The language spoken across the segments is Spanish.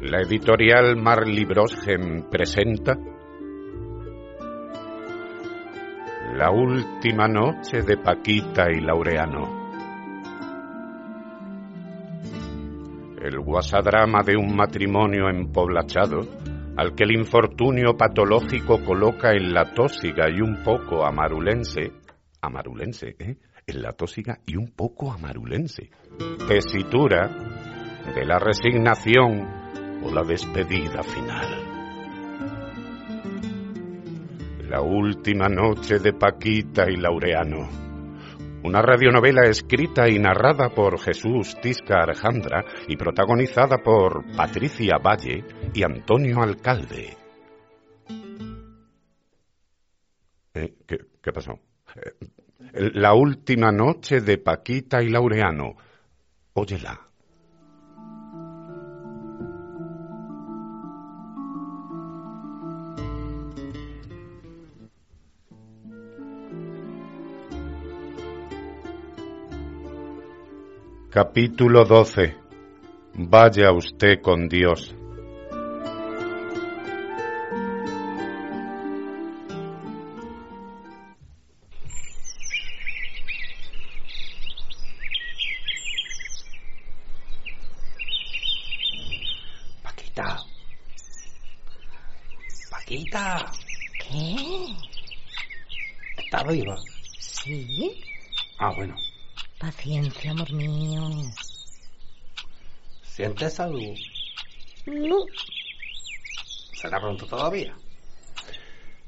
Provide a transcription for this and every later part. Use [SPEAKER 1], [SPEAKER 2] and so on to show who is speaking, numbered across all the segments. [SPEAKER 1] La editorial Mar Librosgen presenta La última noche de Paquita y Laureano. El guasadrama de un matrimonio empoblachado al que el infortunio patológico coloca en la tósiga y un poco amarulense, amarulense, ¿eh? En la tósiga y un poco amarulense. Tesitura de la resignación o la despedida final. La última noche de Paquita y Laureano. Una radionovela escrita y narrada por Jesús Tisca Arjandra y protagonizada por Patricia Valle y Antonio Alcalde. ¿Eh? ¿Qué, ¿Qué, pasó? Eh, la última noche de Paquita y Laureano. Óyela. Capítulo 12. Vaya usted con Dios.
[SPEAKER 2] Paquita. Paquita.
[SPEAKER 3] ¿Qué?
[SPEAKER 2] ¿Está arriba?
[SPEAKER 3] Sí.
[SPEAKER 2] Ah, bueno.
[SPEAKER 3] Paciencia, amor mío.
[SPEAKER 2] ¿Sientes algo?
[SPEAKER 3] No.
[SPEAKER 2] ¿Será pronto todavía?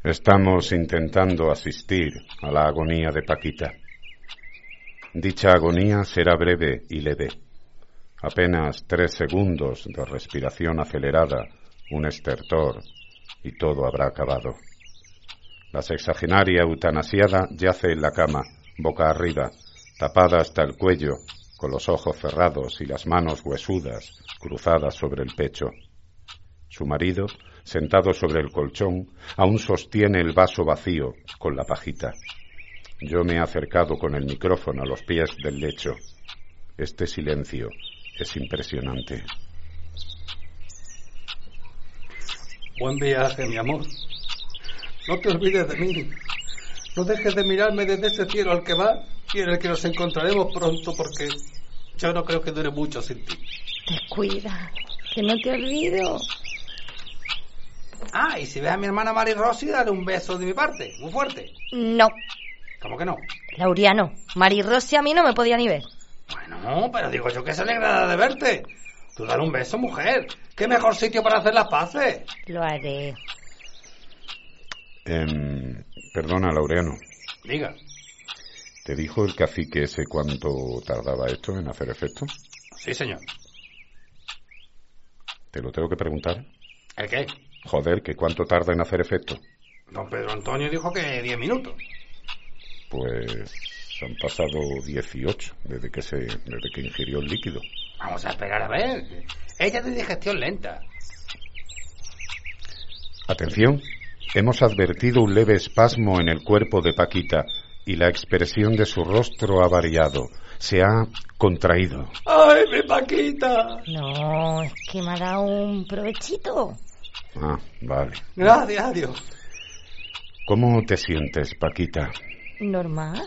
[SPEAKER 1] Estamos intentando asistir a la agonía de Paquita. Dicha agonía será breve y leve. Apenas tres segundos de respiración acelerada, un estertor y todo habrá acabado. La sexagenaria eutanasiada yace en la cama, boca arriba, tapada hasta el cuello, con los ojos cerrados y las manos huesudas cruzadas sobre el pecho. Su marido, sentado sobre el colchón, aún sostiene el vaso vacío con la pajita. Yo me he acercado con el micrófono a los pies del lecho. Este silencio es impresionante.
[SPEAKER 2] Buen viaje, mi amor. No te olvides de mí. No dejes de mirarme desde ese cielo al que va y en el que nos encontraremos pronto porque yo no creo que dure mucho sin ti.
[SPEAKER 3] Descuida, que no te olvido.
[SPEAKER 2] Ah, y si ves a mi hermana Mari Rossi, dale un beso de mi parte, muy fuerte.
[SPEAKER 3] No.
[SPEAKER 2] ¿Cómo que no?
[SPEAKER 3] Lauriano, Mari Rossi a mí no me podía ni ver.
[SPEAKER 2] Bueno, pero digo yo que se alegrará de verte. Tú dale un beso, mujer. ¿Qué mejor sitio para hacer las paces?
[SPEAKER 3] Lo haré.
[SPEAKER 1] Eh, perdona, Laureano.
[SPEAKER 2] Diga.
[SPEAKER 1] ¿Te dijo el cacique ese cuánto tardaba esto en hacer efecto?
[SPEAKER 2] Sí, señor.
[SPEAKER 1] ¿Te lo tengo que preguntar?
[SPEAKER 2] ¿El qué?
[SPEAKER 1] Joder, que cuánto tarda en hacer efecto.
[SPEAKER 2] Don Pedro Antonio dijo que diez minutos.
[SPEAKER 1] Pues han pasado 18 desde que se desde que ingirió el líquido.
[SPEAKER 2] Vamos a esperar a ver. Ella de digestión lenta.
[SPEAKER 1] Atención, hemos advertido un leve espasmo en el cuerpo de Paquita y la expresión de su rostro ha variado. Se ha contraído.
[SPEAKER 2] ¡Ay, mi Paquita!
[SPEAKER 3] No, es que me ha dado un provechito.
[SPEAKER 1] Ah, vale.
[SPEAKER 2] Gracias, adiós.
[SPEAKER 1] ¿Cómo te sientes, Paquita?
[SPEAKER 3] Normal.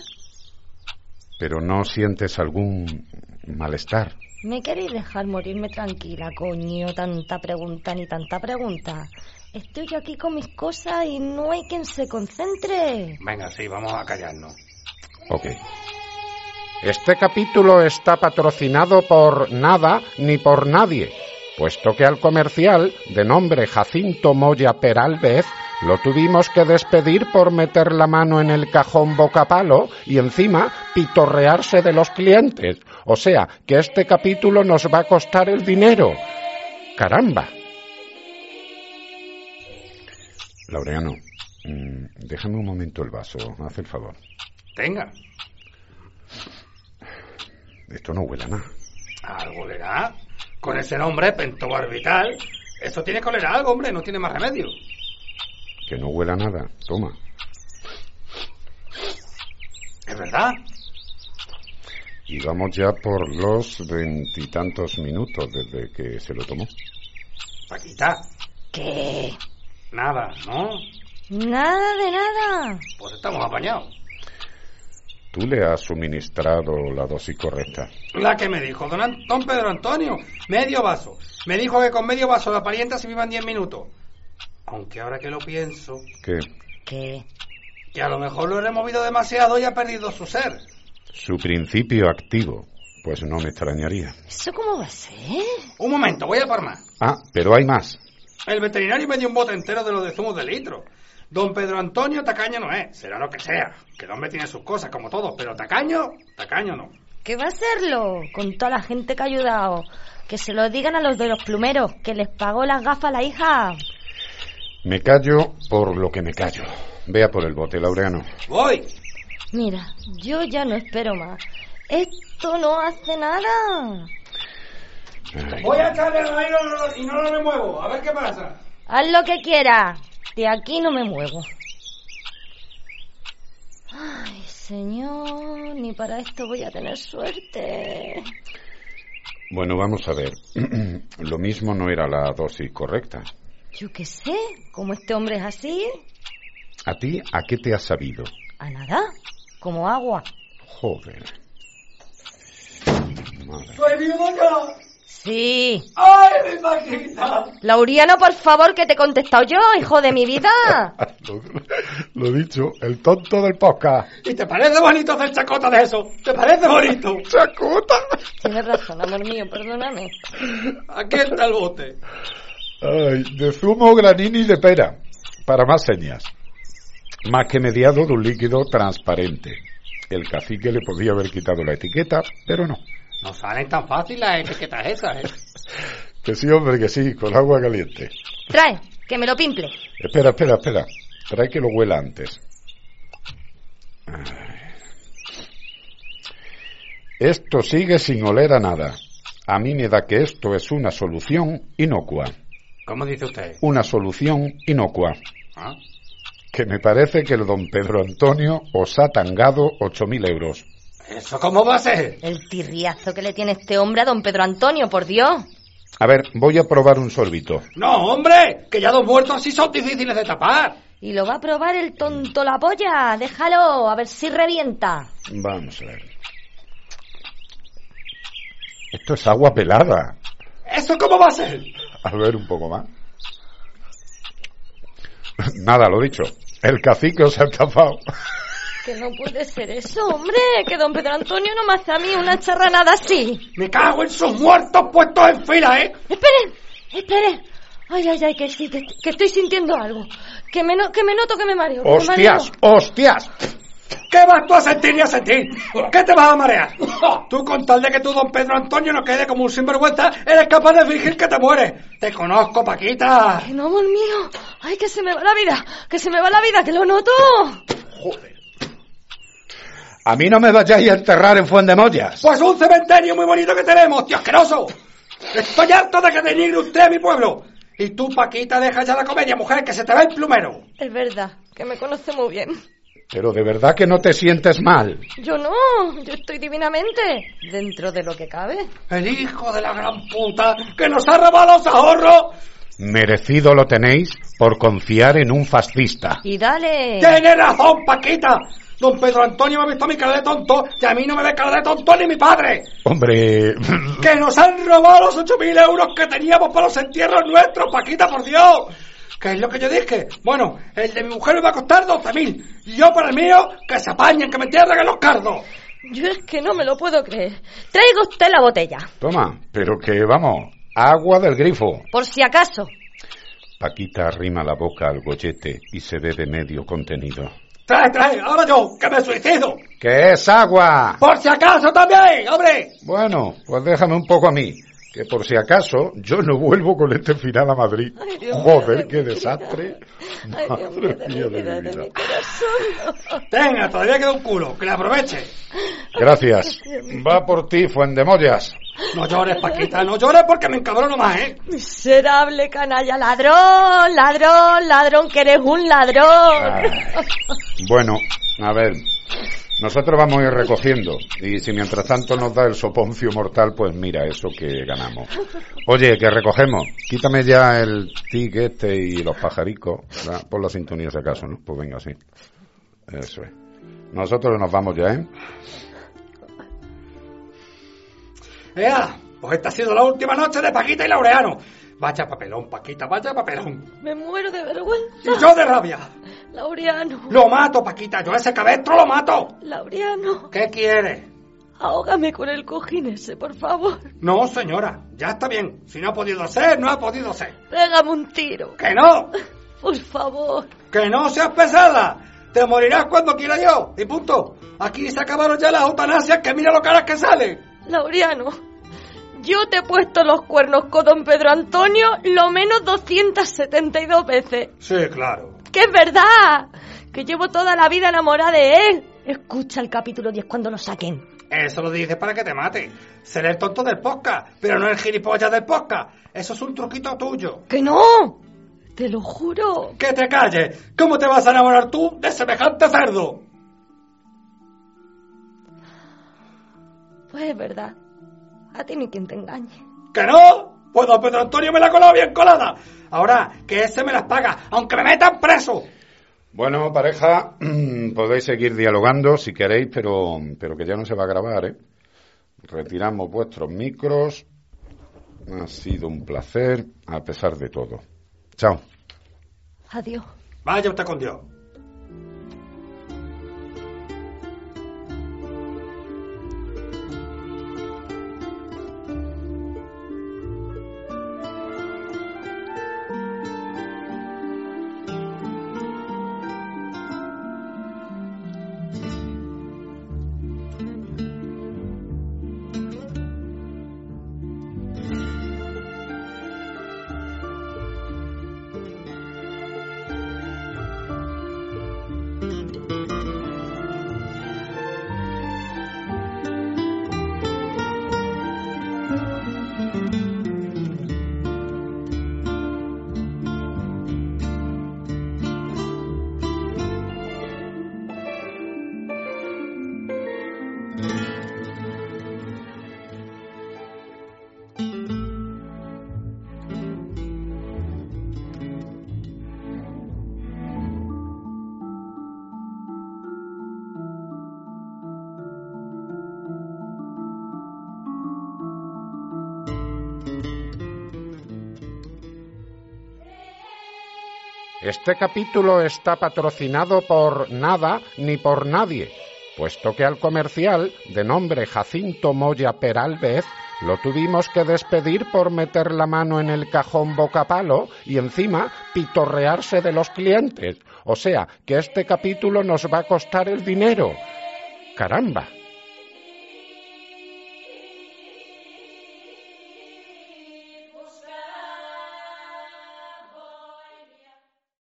[SPEAKER 1] Pero no sientes algún malestar.
[SPEAKER 3] ¿Me queréis dejar morirme tranquila, coño? Tanta pregunta ni tanta pregunta. Estoy yo aquí con mis cosas y no hay quien se concentre.
[SPEAKER 2] Venga, sí, vamos a callarnos.
[SPEAKER 1] Ok. Este capítulo está patrocinado por nada ni por nadie, puesto que al comercial, de nombre Jacinto Moya Peralvez, lo tuvimos que despedir por meter la mano en el cajón bocapalo y encima pitorrearse de los clientes. O sea, que este capítulo nos va a costar el dinero. Caramba. Laureano, mm, déjame un momento el vaso, haz el favor.
[SPEAKER 2] Tenga.
[SPEAKER 1] Esto no huele a nada.
[SPEAKER 2] ¿Algo olerá? Con ese nombre, pentobarbital, esto tiene que oler a algo, hombre, no tiene más remedio.
[SPEAKER 1] Que no huela nada, toma.
[SPEAKER 2] ¿Es verdad?
[SPEAKER 1] Y vamos ya por los veintitantos minutos desde que se lo tomó.
[SPEAKER 2] Paquita,
[SPEAKER 3] ¿Qué?
[SPEAKER 2] nada, ¿no?
[SPEAKER 3] Nada de nada.
[SPEAKER 2] Pues estamos apañados.
[SPEAKER 1] Tú le has suministrado la dosis correcta.
[SPEAKER 2] La que me dijo don, An- don Pedro Antonio, medio vaso. Me dijo que con medio vaso la parienta se vivan 10 minutos. Aunque ahora que lo pienso,
[SPEAKER 1] ¿Qué?
[SPEAKER 3] ¿Qué?
[SPEAKER 2] que a lo mejor lo he removido demasiado y ha perdido su ser.
[SPEAKER 1] Su principio activo. Pues no me extrañaría.
[SPEAKER 3] ¿Eso cómo va a ser?
[SPEAKER 2] Un momento, voy a por más.
[SPEAKER 1] Ah, pero hay más.
[SPEAKER 2] El veterinario me dio un bote entero de los de zumos de litro. Don Pedro Antonio tacaño no es, será lo que sea. Que el hombre tiene sus cosas, como todos, pero tacaño, tacaño no.
[SPEAKER 3] ¿Qué va a hacerlo? Con toda la gente que ha ayudado. Que se lo digan a los de los plumeros, que les pagó las gafas la hija.
[SPEAKER 1] Me callo por lo que me callo. Vea por el bote, Laureano.
[SPEAKER 2] Voy.
[SPEAKER 3] Mira, yo ya no espero más. Esto no hace nada.
[SPEAKER 1] Ay,
[SPEAKER 2] Voy a echarle el aire y no lo remuevo. A ver qué pasa.
[SPEAKER 3] Haz lo que quieras. De aquí no me muevo. Ay, señor, ni para esto voy a tener suerte.
[SPEAKER 1] Bueno, vamos a ver. lo mismo no era la dosis correcta.
[SPEAKER 3] Yo qué sé, como este hombre es así,
[SPEAKER 1] ¿A ti a qué te has sabido?
[SPEAKER 3] a nada, como agua.
[SPEAKER 1] Joder. Madre.
[SPEAKER 2] ¡Soy viudo ya!
[SPEAKER 3] Sí.
[SPEAKER 2] ¡Ay, mi paquita!
[SPEAKER 3] Lauriano, por favor, que te he contestado yo, hijo de mi vida.
[SPEAKER 1] Lo, lo dicho, el tonto del podcast.
[SPEAKER 2] ¿Y te parece bonito hacer chacota de eso? ¿Te parece bonito?
[SPEAKER 1] ¡Chacota!
[SPEAKER 3] Tienes razón, amor mío, perdóname.
[SPEAKER 2] Aquí está el bote.
[SPEAKER 1] Ay, de zumo, granini y de pera. Para más señas. Más que mediado de un líquido transparente. El cacique le podía haber quitado la etiqueta, pero no.
[SPEAKER 2] No salen tan fácil las etiquetas esas, ¿eh?
[SPEAKER 1] Que sí, hombre, que sí, con agua caliente.
[SPEAKER 3] Trae, que me lo pimple.
[SPEAKER 1] Espera, espera, espera. Trae que lo huela antes. Ay. Esto sigue sin oler a nada. A mí me da que esto es una solución inocua.
[SPEAKER 2] ¿Cómo dice usted?
[SPEAKER 1] Una solución inocua.
[SPEAKER 2] ¿Ah?
[SPEAKER 1] Que me parece que el don Pedro Antonio os ha tangado 8.000 euros.
[SPEAKER 2] ¿Eso cómo va a ser?
[SPEAKER 3] El tirriazo que le tiene este hombre a don Pedro Antonio, por Dios.
[SPEAKER 1] A ver, voy a probar un sorbito.
[SPEAKER 2] ¡No, hombre! ¡Que ya dos muertos sí son difíciles de tapar!
[SPEAKER 3] Y lo va a probar el tonto la polla. Déjalo, a ver si revienta.
[SPEAKER 1] Vamos a ver. Esto es agua pelada.
[SPEAKER 2] ¿Eso cómo va a ser?
[SPEAKER 1] A ver un poco más. Nada, lo dicho. El cacique os ha estafado.
[SPEAKER 3] Que no puede ser eso, hombre. Que don Pedro Antonio no me hace a mí una charranada así.
[SPEAKER 2] ¡Me cago en sus muertos puestos en fila, eh!
[SPEAKER 3] Espere, espere. Ay, ay, ay, que sí, que, que estoy sintiendo algo. Que me, no- que me noto que me mareo. que me
[SPEAKER 1] ¡Hostias!
[SPEAKER 3] mareo.
[SPEAKER 1] ¡Hostias!
[SPEAKER 2] ¿Qué vas tú a sentir ni a sentir? ¿Qué te vas a marear? Tú con tal de que tú, don Pedro Antonio, no quede como un sinvergüenza, eres capaz de fingir que te mueres. Te conozco, Paquita.
[SPEAKER 3] Que no, amor mío. Ay, que se me va la vida. Que se me va la vida, que lo noto.
[SPEAKER 1] A mí no me vayáis a enterrar en Fuendemollas.
[SPEAKER 2] Pues un cementerio muy bonito que tenemos, tío asqueroso. Estoy harto de que denigre usted a mi pueblo. Y tú, Paquita, deja ya la comedia, mujer, que se te va el plumero.
[SPEAKER 3] Es verdad, que me conoce muy bien.
[SPEAKER 1] Pero de verdad que no te sientes mal.
[SPEAKER 3] Yo no, yo estoy divinamente dentro de lo que cabe.
[SPEAKER 2] El hijo de la gran puta que nos ha robado los ahorros.
[SPEAKER 1] Merecido lo tenéis por confiar en un fascista.
[SPEAKER 3] Y dale.
[SPEAKER 2] Tiene razón, Paquita. Don Pedro Antonio me ha visto mi cara de tonto y a mí no me ve cara de tonto ni mi padre.
[SPEAKER 1] Hombre...
[SPEAKER 2] Que nos han robado los 8.000 euros que teníamos para los entierros nuestros, Paquita, por Dios. Que es lo que yo dije. Bueno, el de mi mujer me va a costar 12.000. Y yo para el mío, que se apañen, que me entierren en los cardos.
[SPEAKER 3] Yo es que no me lo puedo creer. Traiga usted la botella,
[SPEAKER 1] Toma, pero que vamos, agua del grifo.
[SPEAKER 3] por si acaso.
[SPEAKER 1] Paquita arrima la boca al gollete y se bebe medio contenido.
[SPEAKER 2] Trae, trae, ahora yo, que me suicido.
[SPEAKER 1] ¡Que es agua!
[SPEAKER 2] Por si acaso también, hombre.
[SPEAKER 1] Bueno, pues déjame un poco a mí, que por si acaso yo no vuelvo con este final a Madrid.
[SPEAKER 3] Ay, Dios mío, de
[SPEAKER 1] Joder,
[SPEAKER 3] mi
[SPEAKER 1] qué
[SPEAKER 3] vida.
[SPEAKER 1] desastre.
[SPEAKER 3] Ay, Dios mío, de
[SPEAKER 1] Madre
[SPEAKER 3] mi
[SPEAKER 1] mía de
[SPEAKER 3] vida,
[SPEAKER 1] mi
[SPEAKER 3] de
[SPEAKER 1] vida.
[SPEAKER 3] mi corazón.
[SPEAKER 2] Tenga, todavía queda un culo, que le aproveche.
[SPEAKER 1] Gracias. Va por ti, Fuendemollas.
[SPEAKER 2] No llores, Paquita, no llores porque me encabrono más, ¿eh?
[SPEAKER 3] Miserable canalla, ladrón, Ah. ladrón, ladrón, que eres un ladrón.
[SPEAKER 1] Ay. Bueno, a Ah. ver. Nosotros vamos a ir recogiendo y si mientras tanto nos da el soponcio mortal, pues mira eso que ganamos. Oye, que recogemos. Quítame ya el tic este y los pajaricos. ¿verdad? Pon la sintonía si acaso, ¿no? Pues venga, sí. Eso es. Nosotros nos vamos ya, ¿eh?
[SPEAKER 2] ¡Ea! Pues esta ha sido la última noche de Paquita y Laureano. Vaya papelón, Paquita, vaya papelón.
[SPEAKER 3] Me muero de vergüenza.
[SPEAKER 2] Y yo de rabia.
[SPEAKER 3] Laureano,
[SPEAKER 2] Lo mato, Paquita, yo a ese cabestro lo mato.
[SPEAKER 3] Laureano,
[SPEAKER 2] ¿Qué quieres?
[SPEAKER 3] ahógame con el cojín ese, por favor.
[SPEAKER 2] No, señora, ya está bien. Si no ha podido ser, no ha podido ser.
[SPEAKER 3] Pégame un tiro.
[SPEAKER 2] ¡Que no!
[SPEAKER 3] Por favor.
[SPEAKER 2] ¡Que no seas pesada! Te morirás cuando quiera yo. Y punto. Aquí se acabaron ya las eutanasias que mira lo caras que salen.
[SPEAKER 3] Laureano, yo te he puesto los cuernos con don Pedro Antonio lo menos 272 veces.
[SPEAKER 2] Sí, claro.
[SPEAKER 3] ¡Que es verdad! Que llevo toda la vida enamorada de él. Escucha el capítulo 10 cuando lo saquen.
[SPEAKER 2] Eso lo dices para que te mate. Ser el tonto del podcast, pero no el gilipollas del podcast. Eso es un truquito tuyo.
[SPEAKER 3] ¡Que no! Te lo juro.
[SPEAKER 2] ¡Que te calles! ¿Cómo te vas a enamorar tú de semejante cerdo?
[SPEAKER 3] Pues es verdad. A ti ni quien te engañe.
[SPEAKER 2] ¿Que no? Pues don Pedro Antonio me la ha colado bien colada. Ahora, que ese me las paga, aunque me metan preso.
[SPEAKER 1] Bueno, pareja, podéis seguir dialogando si queréis, pero, pero que ya no se va a grabar, ¿eh? Retiramos vuestros micros. Ha sido un placer, a pesar de todo. Chao.
[SPEAKER 3] Adiós.
[SPEAKER 2] Vaya usted con Dios.
[SPEAKER 1] Este capítulo está patrocinado por nada ni por nadie, puesto que al comercial de nombre Jacinto Moya Peralvez lo tuvimos que despedir por meter la mano en el cajón bocapalo y encima pitorrearse de los clientes. O sea, que este capítulo nos va a costar el dinero. Caramba.